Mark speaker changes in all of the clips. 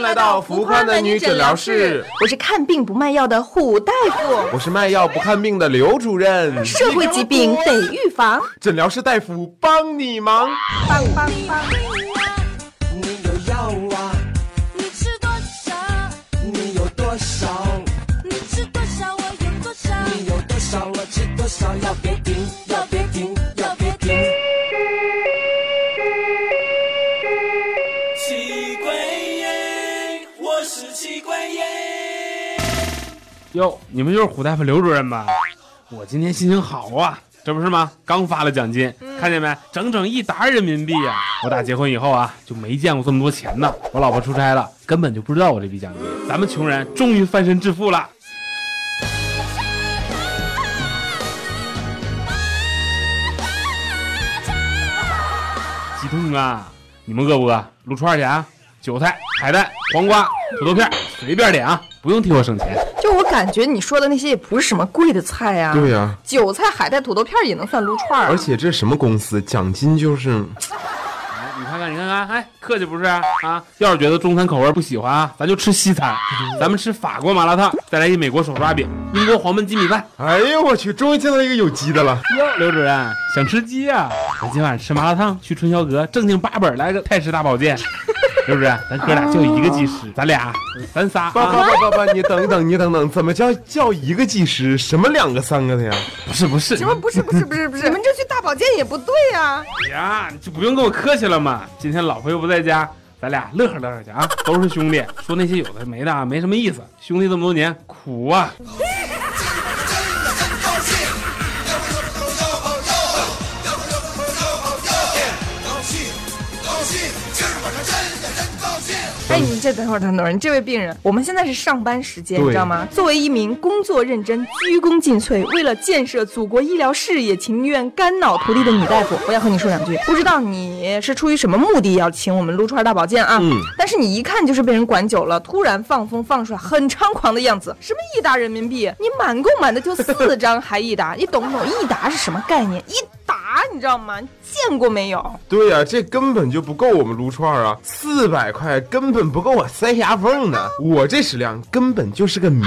Speaker 1: 来到福宽的女诊疗室，
Speaker 2: 我是看病不卖药的虎大夫，
Speaker 1: 我是卖药不看病的刘主 任。
Speaker 2: 社会疾病得预防，
Speaker 1: 诊疗室大夫帮你忙。
Speaker 2: 帮帮帮！
Speaker 3: 你有药啊？
Speaker 4: 你吃多少？
Speaker 3: 你有多少？
Speaker 4: 你吃多少，我有多少。
Speaker 3: 你有多少？我吃多少？要别停，要别停，要别停。
Speaker 5: 祺归烟，我是祺归烟。
Speaker 6: 哟，你们就是虎大夫刘主任吧？我今天心情好啊，这不是吗？刚发了奖金，看见没？整整一沓人民币啊！我打结婚以后啊，就没见过这么多钱呢。我老婆出差了，根本就不知道我这笔奖金。咱们穷人终于翻身致富了。激动啊！你们饿不饿？撸串去啊！韭菜、海带、黄瓜、土豆片，随便点啊，不用替我省钱。
Speaker 2: 就我感觉你说的那些也不是什么贵的菜呀、
Speaker 1: 对呀、
Speaker 2: 韭菜、海带、土豆片也能算撸串儿啊。
Speaker 1: 而且这什么公司，奖金就是
Speaker 6: 哎你看看，你看看，哎，客气不是啊？啊要是觉得中餐口味不喜欢啊，咱就吃西餐，
Speaker 2: 嗯
Speaker 6: 咱们吃法国麻辣烫，再来一美国手抓饼，英国黄焖鸡米饭。
Speaker 1: 哎呦我去，终于见到一个有鸡的了。
Speaker 6: 哟，刘主任想吃鸡呀、咱今晚吃麻辣烫，去春宵阁正经八本来个泰式大保 健。刘主任，咱哥俩就一个技
Speaker 2: 哦
Speaker 6: 师，咱俩，咱仨。啊
Speaker 1: 爸爸爸爸爸，你等等，你等等，怎么叫叫一个技师？什么两个三个的呀？
Speaker 6: 不是不是，
Speaker 2: 什么不是不是不是不 是，你们这去大保健也不对呀、
Speaker 1: 啊
Speaker 6: 呀，你就不用跟我客气了嘛。今天老婆又不在家，咱俩乐呵乐呵去啊，都是兄弟，说那些有的没的啊没什么意思。兄弟这么多年苦啊。
Speaker 2: 哎，你这等会儿等会儿，你这位病人，我们现在是上班时间，
Speaker 1: 对
Speaker 2: 你知道吗？作为一名工作认真、鞠躬尽瘁，为了建设祖国医疗事业情愿肝脑涂地的女大夫，我要和你说两句。不知道你是出于什么目的要请我们撸串大保健啊？
Speaker 1: 嗯
Speaker 2: 但是你一看就是被人管久了，突然放风放出来，很猖狂的样子。什么一沓人民币，你满够满的就四张，还一沓，你懂不懂？一沓是什么概念？一沓你知道吗？你见过没有？
Speaker 1: 对呀、这根本就不够我们撸串啊！四百块根本不够我塞牙缝的，我这食量根本就是个谜。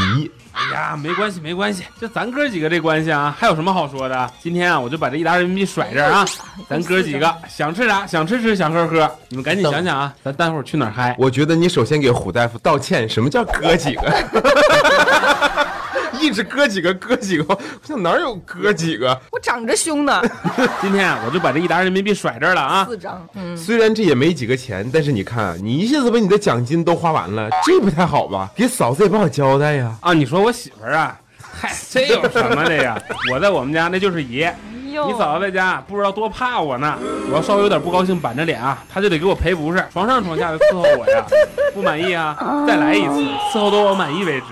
Speaker 6: 哎呀，没关系，没关系，就咱哥几个这关系啊，还有什么好说的？今天啊，我就把这一沓人民币甩这儿啊，咱哥几个想吃啥想吃吃，想喝喝，你们赶紧想想啊，咱待会儿去哪儿嗨？
Speaker 1: 我觉得你首先给虎大夫道歉，什么叫哥几个？ 一直哥几个哥几个，我想哪有哥几个？
Speaker 2: 我长着胸 呢，
Speaker 6: 今天啊，我就把这一沓人民币甩这儿了啊。
Speaker 2: 四张，嗯。
Speaker 1: 虽然这也没几个钱，但是你看啊，你一下子把你的奖金都花完了，这不太好吧？给嫂子也不好交代呀。
Speaker 6: 啊，你说我媳妇儿啊，嗨，这有什么的呀？我在我们家那就是爷，
Speaker 2: 哟
Speaker 6: 你嫂子在家不知道多怕我呢。我要稍微有点不高兴，板着脸啊，她就得给我赔不是，床上床下的伺候我呀。不满意啊，再来一次，伺候到我满意为止。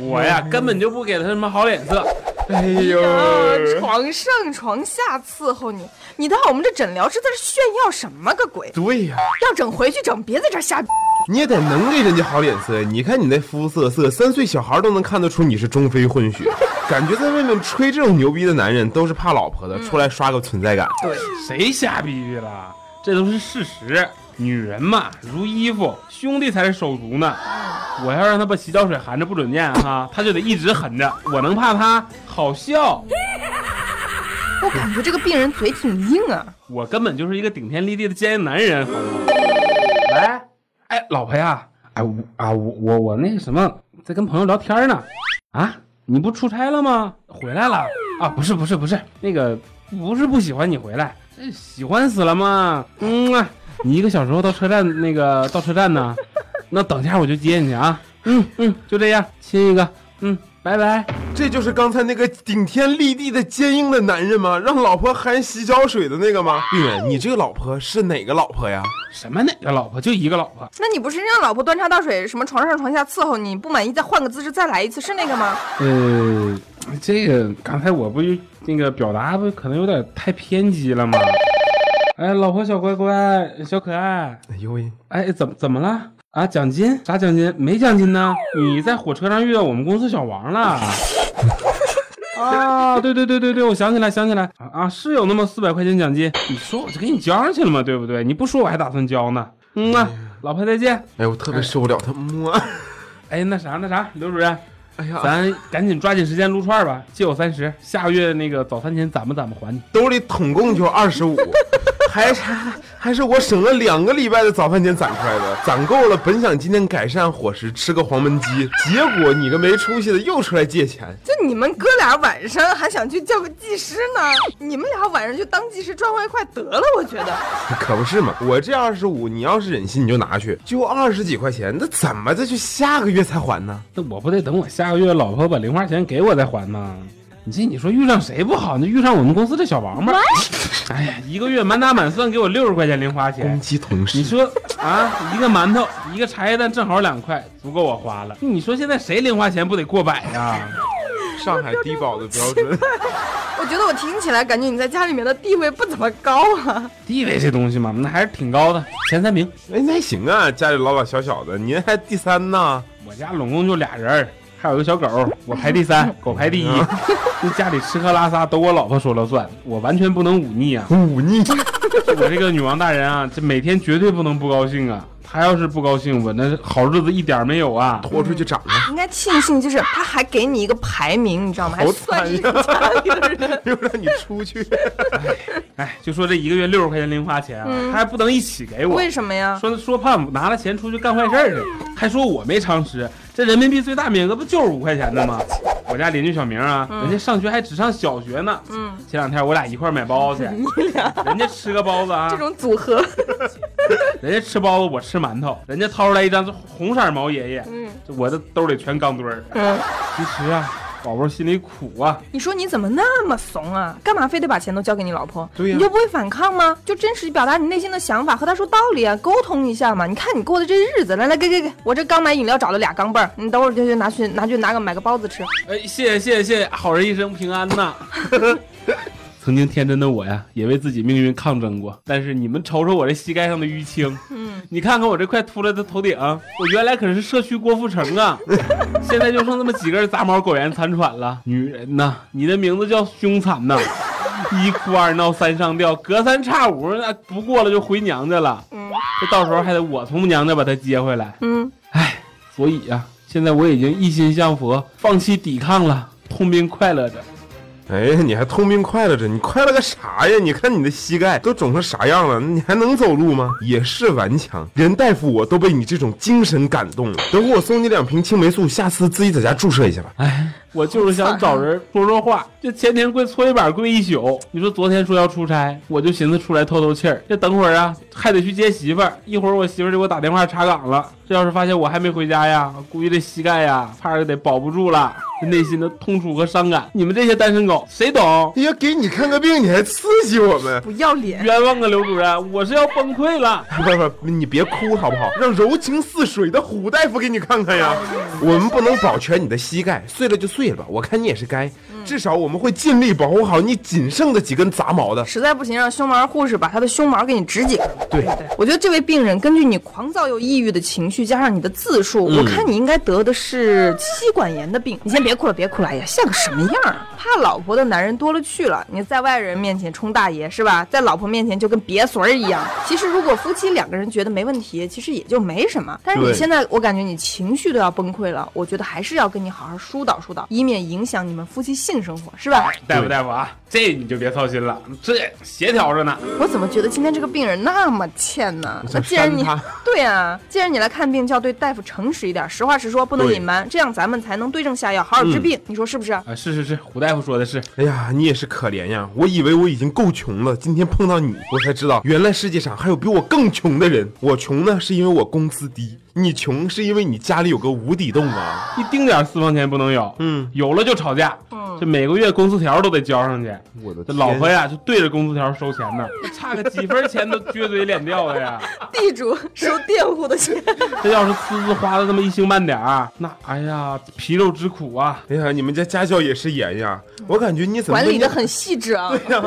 Speaker 6: 我呀，根本就不给她什么好脸色。
Speaker 1: 哎呦，
Speaker 2: 呃，床上床下伺候你，你到我们这诊疗室在这炫耀什么个鬼？
Speaker 1: 对呀、
Speaker 2: 要整回去整，别在这儿瞎。
Speaker 1: 你也得能给人家好脸色。你看你那肤色色，三岁小孩都能看得出你是中非混血。感觉在外面吹这种牛逼的男人都是怕老婆的，出来刷个存在感。
Speaker 6: 谁瞎逼逼了？这都是事实。女人嘛，如衣服，兄弟才是手足呢。我要让他把洗脚水含着不准念哈，他就得一直含着。我能怕他？好笑，
Speaker 2: 我感觉这个病人嘴挺硬啊。
Speaker 6: 我根本就是一个顶天立地的坚硬男人，好吗？来，哎，老婆呀，哎我啊我我我那个什么，在跟朋友聊天呢。啊，你不出差了吗？回来了啊？不是不是不是，那个不是不喜欢你回来，这喜欢死了吗？嗯啊，你一个小时后到车站，那个 到车站呢，那等一下我就接你去啊。嗯嗯，就这样，亲一个，嗯，拜拜。
Speaker 1: 这就是刚才那个顶天立地的坚硬的男人吗？让老婆含洗脚水的那个吗？病人，你这个老婆是哪个老婆呀？
Speaker 6: 什么哪个老婆？就一个老婆。
Speaker 2: 那你不是让老婆端茶倒水，什么床上床下伺候你，不满意再换个姿势再来一次，是那个吗？
Speaker 6: 呃，这个刚才我不就那个表达不可能有点太偏激了吗？哎，老婆小乖乖，小可爱，
Speaker 1: 哎呦喂，
Speaker 6: 哎，怎么怎么了？啊，奖金？啥奖金？没奖金呢？你在火车上遇到我们公司小王了？啊，对对对对对，我想起来想起来啊啊，是有那么四百块钱奖金。你说我就给你交上去了嘛，对不对？你不说我还打算交呢。嗯啊，老婆再见。
Speaker 1: 哎呦，我特别受不了他摸。
Speaker 6: 哎，那啥那啥，刘主任，
Speaker 1: 哎呀，
Speaker 6: 咱赶紧抓紧时间撸串吧，借我三十，下个月那个早餐钱攒吧攒吧还你。
Speaker 1: 兜里统共就二十 五，还还还是我省了两个礼拜的早饭钱攒出来的，攒够了。本想今天改善伙食，吃个黄焖鸡，结果你个没出息的又出来借钱。
Speaker 2: 就你们哥俩晚上还想去叫个技师呢， 你们俩晚上就当技师赚外快得了，我觉得。
Speaker 1: 可不是嘛！我这二十五，你要是忍心你就拿去，就二十几块钱，那怎么再去下个月才还呢？
Speaker 6: 那我不得等我下个月老婆把零花钱给我再还吗？你这你说遇上谁不好，你就遇上我们公司这小王八。哎呀，一个月满打满算给我六十块钱零花
Speaker 1: 攻
Speaker 6: 钱，
Speaker 1: 击同
Speaker 6: 你
Speaker 1: 事，
Speaker 6: 说啊，一个馒头，一个茶叶蛋，正好两块，足够我花了。你说现在谁零花钱不得过百啊呀、
Speaker 1: 上海低保的标准，
Speaker 2: 我觉得我听起来感觉你在家里面的地位不怎么高啊。
Speaker 6: 地位这东西嘛，那还是挺高的，前三名。
Speaker 1: 哎，那还行啊，家里老老小小的，您还第三呢。
Speaker 6: 我家拢共就俩人儿，还有一个小狗，我排第三，狗排第一。这家里吃喝拉撒都我老婆说了算，我完全不能忤逆啊！
Speaker 1: 忤逆，
Speaker 6: 我这个女王大人啊，这每天绝对不能不高兴啊！她要是不高兴，我那好日子一点儿没有啊！
Speaker 1: 拖出去长啊，
Speaker 2: 应该庆幸就是他还给你一个排名，你知道吗？还
Speaker 1: 好
Speaker 2: 算
Speaker 1: 惨
Speaker 2: 是
Speaker 1: 呀
Speaker 2: 你家里的人。
Speaker 1: 啊 又让你出去。
Speaker 6: 哎，就说这一个月六十块钱零花钱啊，她还不能一起给我。
Speaker 2: 为什么呀？
Speaker 6: 说说怕我拿了钱出去干坏事儿去，还说我没常识。这人民币最大名额不就是五块钱的吗？我家邻居小明啊，人家上学还只上小学呢。
Speaker 2: 嗯，
Speaker 6: 前两天我俩一块儿买包子去，人家吃个包子啊
Speaker 2: 这，种组合，
Speaker 6: 人家吃包子，我吃馒头。人家掏出来一张红色毛爷爷，
Speaker 2: 嗯
Speaker 6: 这我的兜里全钢墩儿。
Speaker 2: 嗯，
Speaker 6: 其实啊，宝宝心里苦啊，
Speaker 2: 你说你怎么那么怂啊？干嘛非得把钱都交给你老婆？
Speaker 1: 对呀
Speaker 2: 你就不会反抗吗？就真实表达你内心的想法，和她说道理啊，沟通一下嘛。你看你过的这日子，来来给给给，我这刚买饮料找了俩钢镚儿，你等会儿就去拿去拿去拿个买个包子吃。
Speaker 6: 哎，谢谢谢谢谢谢，好人一生平安呐。 曾经天真的我呀，也为自己命运抗争过。但是你们瞅瞅我这膝盖上的淤青，嗯，你看看我这快秃了的头顶，啊我原来可是社区郭富城啊，现在就剩那么几根杂毛苟延残喘了。女人呐，你的名字叫凶残呐，一哭二闹三上吊，隔三差五那不过了就回娘家了，嗯，这到时候还得我从娘家把她接回来，
Speaker 2: 嗯，
Speaker 6: 唉，所以呀、现在我已经一心向佛，放弃抵抗了，痛并快乐着。
Speaker 1: 哎，你还痛并快乐着，你快乐个啥呀？你看你的膝盖都肿成啥样了，你还能走路吗？也是顽强，人大夫我都被你这种精神感动了。等会我送你两瓶青霉素，下次自己在家注射一下吧。
Speaker 6: 唉，我就是想找人说说话，这前天跪搓衣板跪一宿。你说昨天说要出差，我就寻思出来透透气儿。这等会儿啊，还得去接媳妇儿，一会儿我媳妇儿就给我打电话查岗了。这要是发现我还没回家呀，估计这膝盖呀，怕是得保不住了。这内心的痛楚和伤感，你们这些单身狗谁懂？
Speaker 1: 哎呀，给你看个病，你还刺激我们？
Speaker 2: 不要脸。
Speaker 6: 冤枉啊，刘主任，我是要崩溃了。
Speaker 1: 不不，你别哭好不好？让柔情似水的虎大夫给你看看呀。我们不能保全你的膝盖，碎了就碎了吧。我看你也是该，至少我们会尽力保护好你仅剩的几根杂毛的。
Speaker 2: 实在不行，让胸毛护士把他的胸毛给你植几根。
Speaker 1: 对，
Speaker 2: 我觉得这位病人根据你狂躁又抑郁的情绪，加上你的自述，
Speaker 1: 嗯
Speaker 2: 我看你应该得的是妻管严的病。你先别哭了，别哭了，哎呀，像个什么样啊？怕老婆的男人多了去了，你在外人面前充大爷是吧？在老婆面前就跟瘪孙儿一样。其实如果夫妻两个人觉得没问题，其实也就没什么。但是你
Speaker 1: 对
Speaker 2: 现在，我感觉你情绪都要崩溃了，我觉得还是要跟你好好疏导疏导，以免影响你们夫妻性生活，是吧？
Speaker 6: 大夫大夫啊，这你就别操心了，这协调着呢。
Speaker 2: 我怎么觉得今天这个病人那么欠呢？那
Speaker 1: 想
Speaker 2: 既然
Speaker 1: 扇
Speaker 2: 你
Speaker 1: 他
Speaker 2: 对啊，既然你来看病，就要对大夫诚实一点，实话实说，不能
Speaker 1: 对嗯
Speaker 2: 隐瞒，这样咱们才能对症下药，好好治病。你说是不是？
Speaker 6: 啊，是是是，胡大夫说的是，
Speaker 1: 哎呀，你也是可怜呀！我以为我已经够穷了，今天碰到你，我才知道原来世界上还有比我更穷的人。我穷呢，是因为我工资低；你穷是因为你家里有个无底洞啊！
Speaker 6: 一丁点儿私房钱不能有，
Speaker 1: 嗯，
Speaker 6: 有了就吵架，嗯，这每个月工资条都得交上去。
Speaker 1: 我的
Speaker 6: 这老婆呀，就对着工资条收钱 呢，差个几分钱都撅嘴脸掉的呀。
Speaker 2: 地主收佃户的 钱，
Speaker 6: 这要是呲呲花的这么一星半点儿，那哎呀，皮肉之苦啊！
Speaker 1: 哎呀，你们家家教也是严呀！我感觉你怎么
Speaker 2: 管理的很细致啊。
Speaker 1: 呀，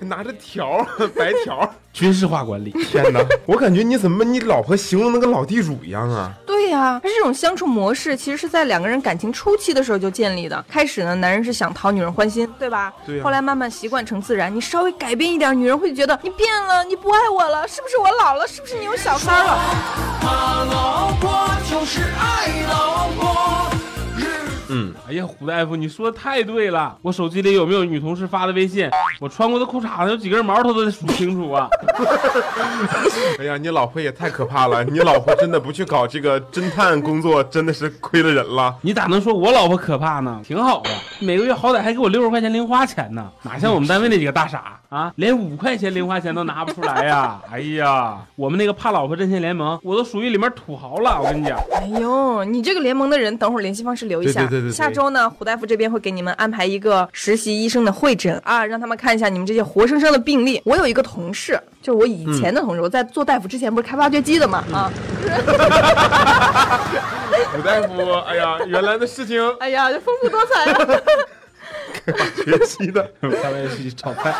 Speaker 1: 拿着条儿白条儿，
Speaker 6: 军事化管理。
Speaker 1: 天哪，我感觉你怎么把你老婆形容的跟老地主一样啊？
Speaker 2: 对呀、而这种相处模式其实是在两个人感情初期的时候就建立的。开始呢，男人是想讨女人欢心，对吧？
Speaker 1: 对呀
Speaker 2: 后来慢慢习惯成自然，你稍微改变一点，女人会觉得你变了，你不爱我了，是不是我老了？是不是你有小三儿了？
Speaker 5: 怕老婆就是爱老婆。
Speaker 1: 嗯，
Speaker 6: 哎呀，胡大夫，你说的太对了。我手机里有没有女同事发的微信？我穿过的裤衩子有几根毛，他都得数清楚啊。
Speaker 1: 哎呀，你老婆也太可怕了！你老婆真的不去搞这个侦探工作，真的是亏了人了。
Speaker 6: 你咋能说我老婆可怕呢？挺好的，每个月好歹还给我六十块钱零花钱呢，哪像我们单位那几个大傻啊，连五块钱零花钱都拿不出来呀、哎呀，我们那个怕老婆阵线联盟，我都属于里面土豪了。我跟你讲，
Speaker 2: 哎呦，你这个联盟的人，等会儿联系方式留一下。
Speaker 1: 对对对对对
Speaker 2: 下周呢，胡大夫这边会给你们安排一个实习医生的会诊啊，让他们看一下你们这些活生生的病例。我有一个同事，就是我以前的同事，我在做大夫之前不是开挖掘机的嘛啊，
Speaker 1: 嗯古大夫，哎呀，原来的事情
Speaker 2: 哎呀，这丰富多彩啊。
Speaker 1: 学习的。
Speaker 6: 开玩笑，炒菜。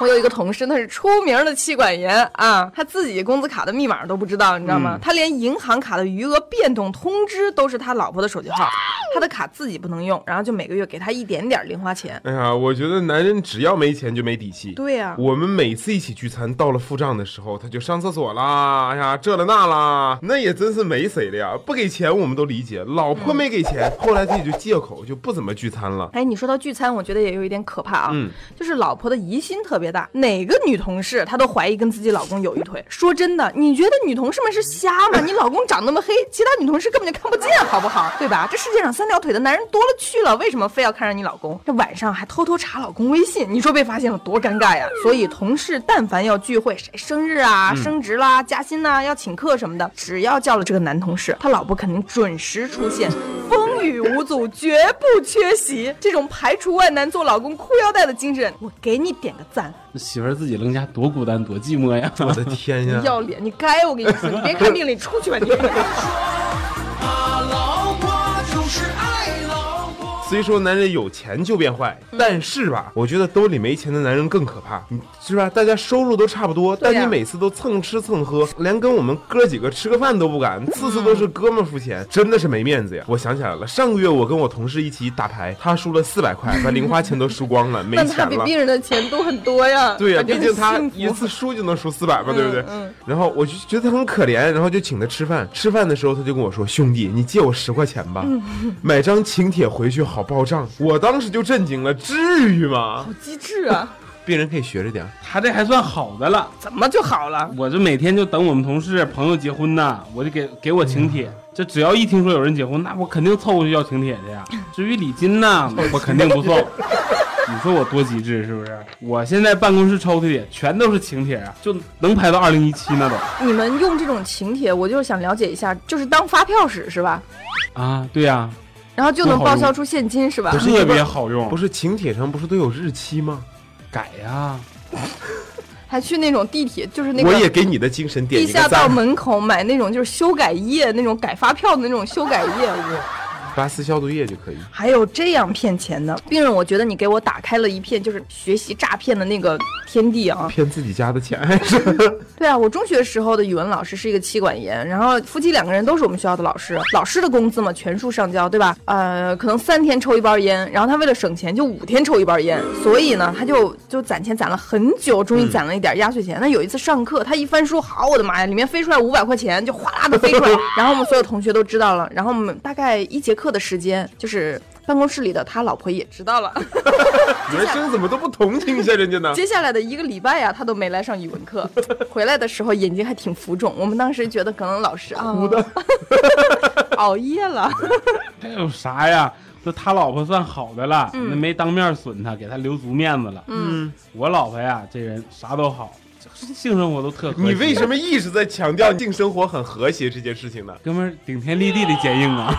Speaker 2: 我有一个同事，他是出名的妻管严啊，他自己工资卡的密码都不知道，你知道
Speaker 1: 嗯
Speaker 2: 吗？他连银行卡的余额变动通知都是他老婆的手机号，他的卡自己不能用，然后就每个月给他一点点零花钱。
Speaker 1: 哎呀，我觉得男人只要没钱就没底气。
Speaker 2: 对呀、
Speaker 1: 我们每次一起聚餐，到了付账的时候，他就上厕所啦，哎呀，这了那啦，那也真是没谁了呀。不给钱我们都理解，老婆没给钱，后来自己就借口就不怎么聚餐了。
Speaker 2: 哎，你说到聚餐，我觉得也有一点可怕啊，
Speaker 1: 嗯
Speaker 2: 就是老婆的疑心特别大，哪个女同事她都怀疑跟自己老公有一腿。说真的，你觉得女同事们是瞎吗？你老公长那么黑，其他女同事根本就看不见，好不好？对吧？这世界上三条腿的男人多了去了，为什么非要看上你老公？这晚上还偷偷查老公微信，你说被发现了多尴尬呀！所以同事但凡要聚会，谁生日
Speaker 1: 嗯
Speaker 2: 啊、升职啦、加薪呐、要请客什么的，只要叫了这个男同事，他老婆肯定准时出现。风雨无阻，绝不缺席。这种排除万难做老公裤腰带的精神，我给你点个赞。
Speaker 6: 那媳妇儿自己扔家多孤单多寂寞呀！
Speaker 1: 我的天
Speaker 2: 不
Speaker 1: 呀！
Speaker 2: 要脸，你该！我跟你 说，你别看病了，你出去吧你。
Speaker 5: 怕老婆就是爱老婆。
Speaker 1: 虽说男人有钱就变坏，
Speaker 2: 嗯
Speaker 1: 但是吧，我觉得兜里没钱的男人更可怕，你是吧？大家收入都差不多，但
Speaker 2: 对呀
Speaker 1: 你每次都蹭吃蹭喝，连跟我们哥几个吃个饭都不敢，次次都是
Speaker 2: 嗯
Speaker 1: 哥们儿付钱，真的是没面子呀！我想起来了，上个月我跟我同事一起打牌，他输了四百块，把零花钱都输光 了，没
Speaker 2: 但他
Speaker 1: 钱
Speaker 2: 比
Speaker 1: 了。
Speaker 2: 病人的钱多很多呀。
Speaker 1: 对呀、
Speaker 2: 感觉
Speaker 1: 毕竟
Speaker 2: 很
Speaker 1: 他
Speaker 2: 幸福
Speaker 1: 一次输就能输四百嘛，对不对？
Speaker 2: 嗯
Speaker 1: 然后我就觉得他很可怜，然后就请他吃饭。吃饭的时候他就跟我说：“兄弟，你借我十块钱吧，
Speaker 2: 嗯
Speaker 1: 买张请帖回去好报账。”我当时就震惊了，至于 吗？
Speaker 2: 好机智啊，
Speaker 1: 病人可以学着点儿。
Speaker 6: 他这还算好的了，
Speaker 2: 怎么就好了？
Speaker 6: 我这每天就等我们同事朋友结婚呐，我就给给我请帖。这只要一听说有人结婚，那我肯定凑过去要请帖去呀。至于礼金呐，我肯定不送。 你说我多机智是不是？我现在办公室抽屉里全都是请帖啊，就能排到二零一七那都
Speaker 2: 你们用这种请帖，我就是想了解一下，就是当发票使是吧？
Speaker 6: 啊。对呀、
Speaker 2: 然后就能
Speaker 6: 多好
Speaker 2: 报
Speaker 6: 用
Speaker 2: 销出现金是吧？
Speaker 1: 不是
Speaker 6: 特别好
Speaker 2: 哦
Speaker 6: 用，
Speaker 1: 不
Speaker 6: 是
Speaker 1: 是请帖上不是都有日期吗？
Speaker 6: 改呀、
Speaker 2: 还去那种地铁，就是那个
Speaker 1: 我也给你的精神点
Speaker 2: 地
Speaker 1: 一
Speaker 2: 下
Speaker 1: 个
Speaker 2: 道
Speaker 1: 赞。
Speaker 2: 门口买那种就是修改液，那种改发票的那种修改液。我
Speaker 1: 八四消毒液就可以。
Speaker 2: 还有这样骗钱的病人，我觉得你给我打开了一片就是学习诈骗的那个天地啊！
Speaker 1: 骗自己家的钱，哎 是
Speaker 2: 对啊，我中学时候的语文老师是一个妻管严，然后夫妻两个人都是我们学校的老师，老师的工资嘛全数上交，对吧？呃，可能三天抽一包烟，然后他为了省钱就五天抽一包烟，所以呢，他就就攒钱攒了很久，终于攒了一点压岁钱。那有一次上课，他一翻书，好，我的妈呀，里面飞出来五百块钱，就哗啦的飞出来，然后我们所有同学都知道了，然后我们大概一节课的时间就是。办公室里的他老婆也知道了，
Speaker 1: 男生怎么都不同情一下人家 呢？
Speaker 2: 接下来的一个礼拜呀、他都没来上语文 课，回来的时候眼睛还挺浮肿。我们当时觉得可能老师啊， 熬夜了。
Speaker 6: 这有啥呀？这他老婆算好的了，那没当面损他，给他留足面子了。
Speaker 2: 嗯，
Speaker 6: 我老婆呀，这人啥都好，性生活都特和谐。
Speaker 1: 你为什么一直在强调性生活很和谐这件事情呢？
Speaker 6: 哥们儿顶天立地的坚硬啊！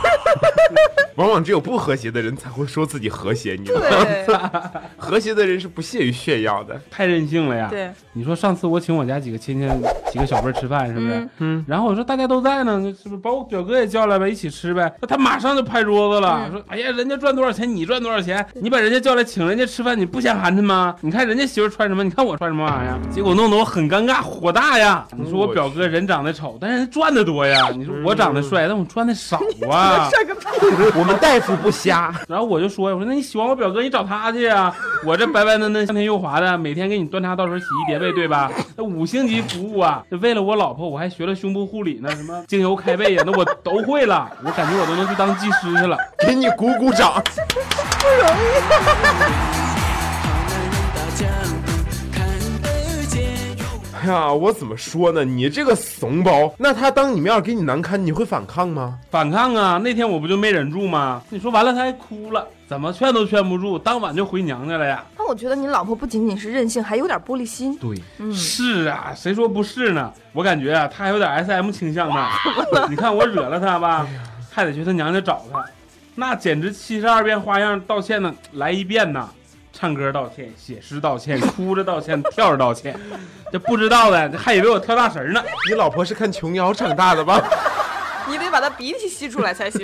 Speaker 1: 往往只有不和谐的人才会说自己和谐，你知道吗？
Speaker 2: 对
Speaker 1: 和谐的人是不屑于炫耀的。
Speaker 6: 太任性了呀！
Speaker 2: 对，
Speaker 6: 你说上次我请我家几个亲戚、几个小辈儿吃饭，是不是
Speaker 2: 嗯？
Speaker 1: 嗯，
Speaker 6: 然后我说大家都在呢，是不是把我表哥也叫来呗，一起吃呗？那他马上就拍桌子了，
Speaker 2: 嗯
Speaker 6: 说：“哎呀，人家赚多少钱，你赚多少钱？你把人家叫来请人家吃饭，你不嫌寒碜吗？你看人家媳妇穿什么，你看我穿什么玩意儿？结果弄得我很尴尬，火大呀！你说我表哥人长得丑，但是人赚得多呀。你说我长得帅，但我赚的少 啊。
Speaker 2: 这个屁
Speaker 1: 我们大夫不瞎，
Speaker 6: 然后我就说呀，我说那你喜欢我表哥，你找他去呀、我这白白嫩嫩、香甜幼滑的，每天给你端茶倒水、洗衣叠被，对吧？那五星级服务啊！那为了我老婆，我还学了胸部护理呢，什么精油开背呀，那我都会了。我感觉我都能去当技师去了。
Speaker 1: 给你鼓鼓掌。
Speaker 2: 不容易。啊
Speaker 1: 哎呀，我怎么说呢？你这个怂包，那他当你面给你难堪，你会反抗吗？
Speaker 6: 反抗啊！那天我不就没忍住吗？你说完了，他还哭了，怎么劝都劝不住，当晚就回娘家了呀。
Speaker 2: 但我觉得你老婆不仅仅是任性，还有点玻璃心。
Speaker 1: 对，
Speaker 6: 是啊，谁说不是呢？我感觉啊，他还有点 S M 倾向呢。你看我惹了他吧，还得去他娘家找他，那简直七十二变花样道歉呢，来一遍呐！唱歌道歉，写诗道歉，哭着道歉，跳着道歉，这不知道的还以为我跳大神呢。
Speaker 1: 你老婆是看琼瑶长大的吧？
Speaker 2: 你得把她鼻涕吸出来才行。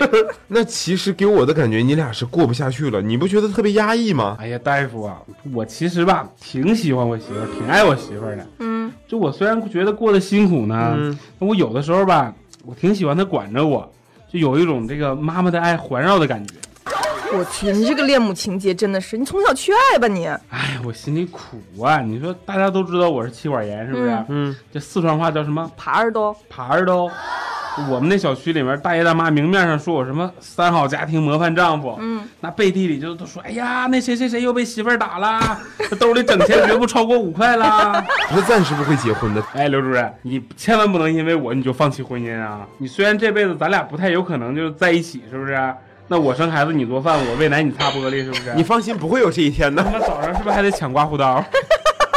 Speaker 1: 那其实给我的感觉，你俩是过不下去了，你不觉得特别压抑吗？
Speaker 6: 哎呀，大夫啊，我其实吧挺喜欢我媳妇儿，挺爱我媳妇儿的。
Speaker 2: 嗯，
Speaker 6: 就我虽然觉得过得辛苦呢，
Speaker 1: 嗯
Speaker 6: 那我有的时候吧，我挺喜欢她管着我，就有一种这个妈妈的爱环绕的感觉。
Speaker 2: 我去，你这个恋母情节真的是，你从小缺爱吧你？
Speaker 6: 哎呀，我心里苦啊！你说大家都知道我是气管炎，是不是？
Speaker 1: 嗯，
Speaker 6: 这四川话叫什么？
Speaker 2: 耙儿都
Speaker 6: 耙儿都。我们那小区里面，大爷大妈明面上说我什么三好家庭模范丈夫，
Speaker 2: 嗯，
Speaker 6: 那背地里就都说，哎呀，那谁谁谁又被媳妇儿打啦，这兜里整钱绝不超过五块啦。
Speaker 1: 那暂时不会结婚的。
Speaker 6: 哎，刘主任，你千万不能因为我你就放弃婚姻啊！你虽然这辈子咱俩不太有可能就在一起，是不是？那我生孩子你做饭，我喂奶你擦玻璃，是不是？
Speaker 1: 你放心，不会有这一天
Speaker 6: 他
Speaker 1: 的。
Speaker 6: 妈早上是不是还得抢刮胡刀？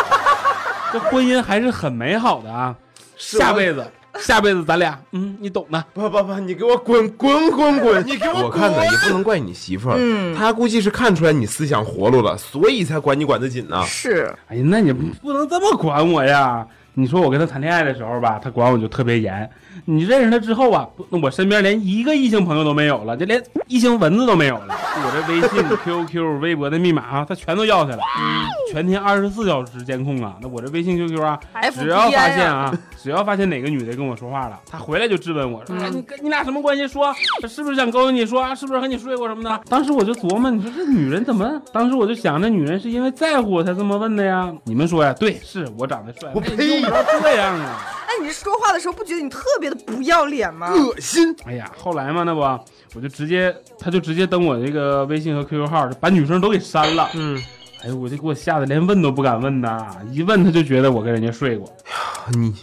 Speaker 6: 这婚姻还是很美好的啊！
Speaker 1: 是
Speaker 6: 下
Speaker 1: 我
Speaker 6: 辈子，下辈子咱俩，嗯，你懂的。
Speaker 1: 不不不，你给我滚滚滚滚！你给我我看呢，也不能怪你媳妇儿，
Speaker 2: 嗯
Speaker 1: 她估计是看出来你思想活络了，所以才管你管得紧呢。
Speaker 2: 是
Speaker 6: 哎呀，那你不能这么管我呀！你说我跟他谈恋爱的时候吧，他管我就特别严。你认识他之后啊，不那我身边连一个异性朋友都没有了，就连异性蚊子都没有了。我这微信、QQ、微博的密码啊，他全都要去了，全天二十四小时监控啊。那我这微信、QQ 啊，只要发现
Speaker 2: ，FBI 啊，
Speaker 6: 啊，只要发现哪个女的跟我说话 了，她回来就质问我说：“哎，你跟你俩什么关系？说是不是想勾引你说？啊，是不是和你睡过什么的？”当时我就琢磨，你说这女人怎么？当时我就想，这女人是因为在乎我才这么问的呀？你们说呀？对，是我长得帅，
Speaker 1: 我
Speaker 6: 那
Speaker 1: 呸
Speaker 6: 用不着这样啊！
Speaker 2: 哎，你说话的时候不觉得你特别的不要脸 吗？
Speaker 1: 恶心！
Speaker 6: 哎呀，后来嘛，那不我就直接，她就直接登我这个微信和 QQ 号，把女生都给删了。
Speaker 1: 嗯，
Speaker 6: 哎呦，我这给我吓得连问都不敢问呐！一问她就觉得我跟人家睡过，
Speaker 1: 你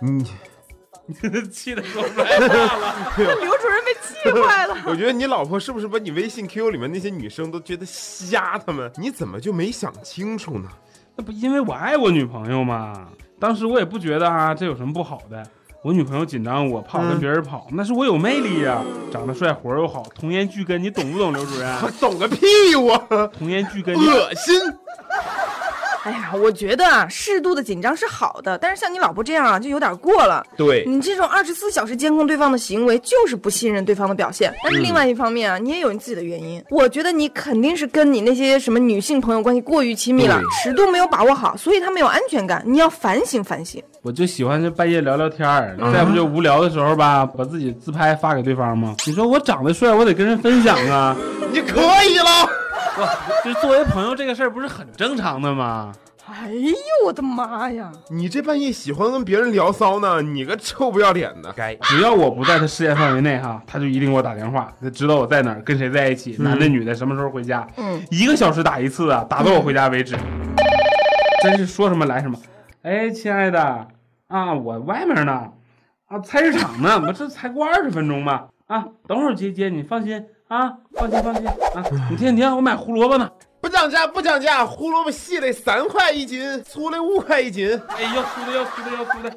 Speaker 1: 你，
Speaker 6: 气得说不出来话了。
Speaker 2: 刘主任被气坏了。
Speaker 1: 我觉得你老婆是不是把你微信、QQ 里面那些女生都觉得瞎他们？你怎么就没想清楚呢？
Speaker 6: 那不因为我爱我女朋友嘛？当时我也不觉得啊，这有什么不好的。我女朋友紧张，我怕我跟别人跑，那是我有魅力呀、长得帅，活儿又好，童颜巨根，你懂不懂，刘主任？啊
Speaker 1: 我懂个屁我！
Speaker 6: 童颜巨根，
Speaker 1: 恶心！
Speaker 2: 哎呀，我觉得啊，适度的紧张是好的，但是像你老婆这样啊，就有点过了。
Speaker 1: 对，
Speaker 2: 你这种二十四小时监控对方的行为，就是不信任对方的表现。但是
Speaker 6: 嗯
Speaker 2: 另外一方面啊，你也有你自己的原因。我觉得你肯定是跟你那些什么女性朋友关系过于亲密了
Speaker 1: 对，
Speaker 2: 尺度没有把握好，所以他没有安全感。你要反省反省。
Speaker 6: 我就喜欢这半夜聊聊天儿，再不就无聊的时候吧，把自己自拍发给对方嘛。你说我长得帅，我得跟人分享啊，
Speaker 1: 你可以了。
Speaker 6: 就是作为朋友这个事儿不是很正常的吗？
Speaker 2: 哎呦我的妈呀！
Speaker 1: 你这半夜喜欢跟别人聊骚呢？你个臭不要脸的！该
Speaker 6: 只要我不在他视线范围内哈，他就一定给我打电话，他知道我在哪儿，跟谁在一起，男的女的，什么时候回家。
Speaker 2: 嗯，
Speaker 6: 一个小时打一次啊，打到我回家为止。 真是说什么来什么。哎，亲爱的啊，我外面呢，啊，菜市场呢，我这才过二十分钟吧。啊，等会儿接接你，放心啊，放心放心啊。你听你听，我买胡萝卜呢。
Speaker 1: 不涨价，不涨价，胡萝卜细的三块一斤，粗的五块一斤。
Speaker 6: 哎，要粗的要粗的要粗的。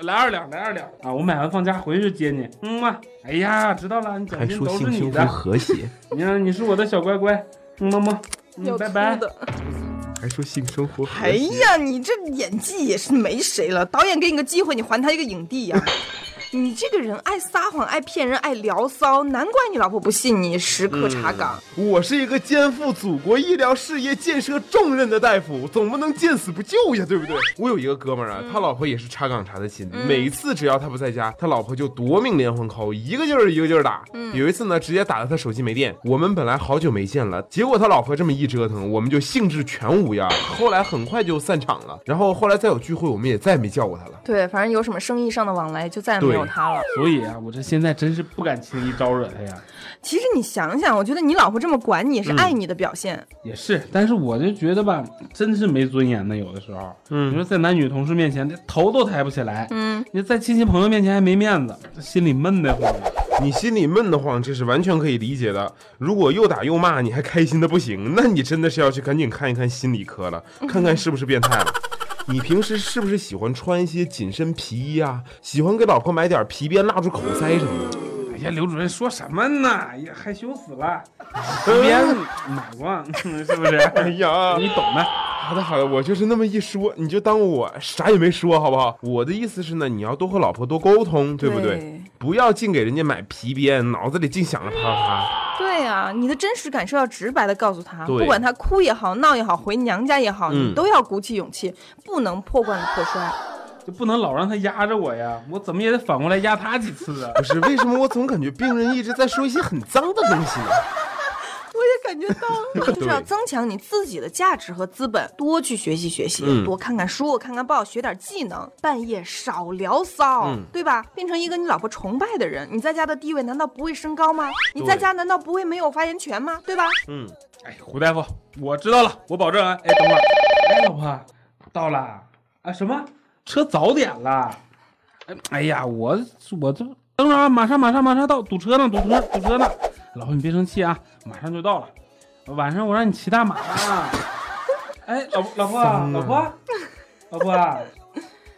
Speaker 6: 来二两，来二两啊！我买完放家回去接你。嗯嘛，哎呀，知道了，你奖
Speaker 1: 还
Speaker 6: 金
Speaker 1: 说
Speaker 6: 都是
Speaker 1: 性
Speaker 6: 你
Speaker 1: 幸福
Speaker 6: 的。
Speaker 1: 和谐，
Speaker 6: 你看，你是我的小乖乖，嗯么么，嗯，
Speaker 2: 要
Speaker 6: 拜
Speaker 2: 哭
Speaker 6: 拜。
Speaker 2: 的。
Speaker 1: 还说性生活和
Speaker 2: 哎
Speaker 1: 谐。
Speaker 2: 呀，你这演技也是没谁了。导演给你个机会，你还他一个影帝 呀、你这个人爱撒谎、爱骗人、爱聊骚，难怪你老婆不信你，时刻查岗。
Speaker 6: 嗯
Speaker 1: 我是一个肩负祖国医疗事业建设重任的大夫，总不能见死不救呀，对不对？嗯我有一个哥们儿啊，他老婆也是查岗查的勤，每次只要他不在家，他老婆就夺命连环 call，一个劲儿一个劲儿打。有一次呢，直接打到他手机没电。我们本来好久没见了，结果他老婆这么一折腾，我们就兴致全无呀。后来很快就散场了，然后后来再有聚会，我们也再没叫过他了。
Speaker 2: 对，反正有什么生意上的往来，就再也没有
Speaker 1: 对
Speaker 2: 他了。
Speaker 6: 所以啊，我这现在真是不敢轻易招惹他呀。
Speaker 2: 其实你想想，我觉得你老婆这么管你
Speaker 1: 嗯
Speaker 2: 是爱你的表现。
Speaker 6: 也是，但是我就觉得吧，真是没尊严的，有的时候，嗯，你说在男女同事面前，这头都抬不起来，嗯，你在亲戚朋友面前还没面子，这心里闷得慌。
Speaker 1: 你心里闷得慌，这是完全可以理解的。如果又打又骂，你还开心的不行， 那你真的是要去赶紧看一看心理科了，看看是不是变态了。你平时是不是喜欢穿一些紧身皮衣啊？喜欢给老婆买点皮鞭、蜡烛口塞什么的？
Speaker 6: 哎呀，刘主任说什么呢？也害羞死了，别买过， 是不是？
Speaker 1: 哎呀，
Speaker 6: 你懂的。
Speaker 1: 好的好的，我就是那么一说，你就当我啥也没说，好不好？我的意思是呢，你要多和老婆多沟通，对不对？
Speaker 2: 对
Speaker 1: 不要净给人家买皮鞭，脑子里净想着啪啪啪。
Speaker 2: 对呀、你的真实感受要直白的告诉他，
Speaker 1: 对
Speaker 2: 不管他哭也好，闹也好，回娘家也好，
Speaker 1: 嗯
Speaker 2: 你都要鼓起勇气，不能破罐子破摔。
Speaker 6: 就不能老让他压着我呀，我怎么也得反过来压他几次啊！
Speaker 1: 不是，为什么我总感觉病人一直在说一些很脏的东西呢？
Speaker 2: 我也感觉到了， 就是要
Speaker 1: 对
Speaker 2: 增强你自己的价值和资本，多去学习学习，
Speaker 1: 嗯
Speaker 2: 多看看书，看看报，学点技能，半夜少聊骚，
Speaker 1: 嗯
Speaker 2: 对吧？变成一个你老婆崇拜的人，你在家的地位难道不会升高吗？你在
Speaker 1: 对
Speaker 2: 家难道不会没有发言权吗？对吧？
Speaker 1: 嗯，
Speaker 6: 哎，胡大夫，我知道了，我保证啊！哎，等会儿，哎，老婆，到了啊？什么？车早点了？哎，哎呀，我我这等会儿啊，马上马上马上到，堵车呢，堵车堵车呢！老婆，你别生气啊，马上就到了。晚上我让你骑大马啊！哎，老老婆啊，老婆啊，老婆啊。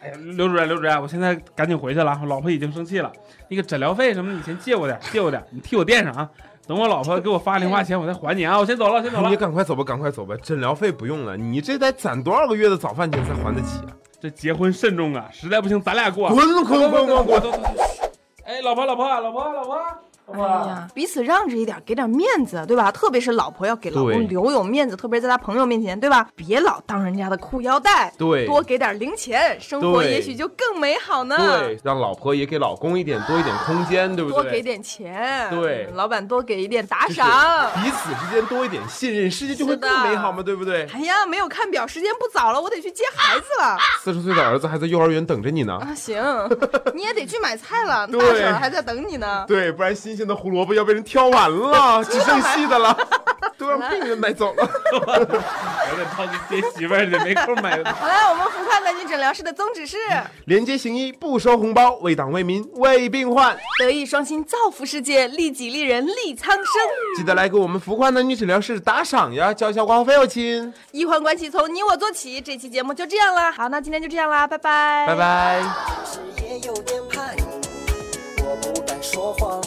Speaker 6: 哎呀，刘主任，刘主任，我现在赶紧回去了啊，我老婆已经生气了。那个诊疗费什么的，你先借我点，借我点，你替我垫上啊。等我老婆给我发零花钱，我再还你啊。我先走了，先走了
Speaker 1: 你。赶快走吧，赶快走吧，诊疗费不用了，你这得攒多少个月的早饭钱才还得起啊？
Speaker 6: 这结婚慎重啊，实在不行咱俩过。
Speaker 1: 滚滚哦滚滚滚！
Speaker 6: 走！走走哎，老婆，老婆，老婆，老婆，老婆。
Speaker 2: 哎呀，彼此让着一点，给点面子，对吧？特别是老婆要给老
Speaker 1: 对
Speaker 2: 公留有面子，特别是在他朋友面前，对吧？别老当人家的裤腰带，
Speaker 1: 对
Speaker 2: 多给点零钱，生活
Speaker 1: 对
Speaker 2: 也许就更美好呢。
Speaker 1: 对，让老婆也给老公一点多一点空间，对不对？
Speaker 2: 嗯多给点钱，
Speaker 1: 对
Speaker 2: 老板多给一点打
Speaker 1: 就是
Speaker 2: 赏。
Speaker 1: 彼此之间多一点信任，世界就会
Speaker 2: 是的
Speaker 1: 更美好嘛，对不对？
Speaker 2: 哎呀，没有看表，时间不早了，我得去接孩子 了。
Speaker 1: 四十岁的儿子还在幼儿园等着你呢，
Speaker 2: 啊，行，你也得去买菜了，大
Speaker 1: 对
Speaker 2: 婶儿还在等你呢。
Speaker 1: 对，不然新鲜的胡萝卜要被人挑完了，只剩细 的了，都让病人买走了。
Speaker 6: 我得操去接媳妇儿去，没空买。
Speaker 2: 好了，我们福康男女诊疗室的宗旨是
Speaker 1: 廉洁行医，不收红包，为党为民为病患。
Speaker 2: 德艺双馨，造福世界，利己利人，利苍生。
Speaker 1: 记得来给我们浮夸男女诊疗室打赏呀，交一下挂号费哦，亲，
Speaker 2: 医患关系从你我做起。这期节目就这样啦，好，那今天就这样啦，拜拜，
Speaker 1: 拜。拜。
Speaker 3: 是也有点叛逆，我不敢说谎，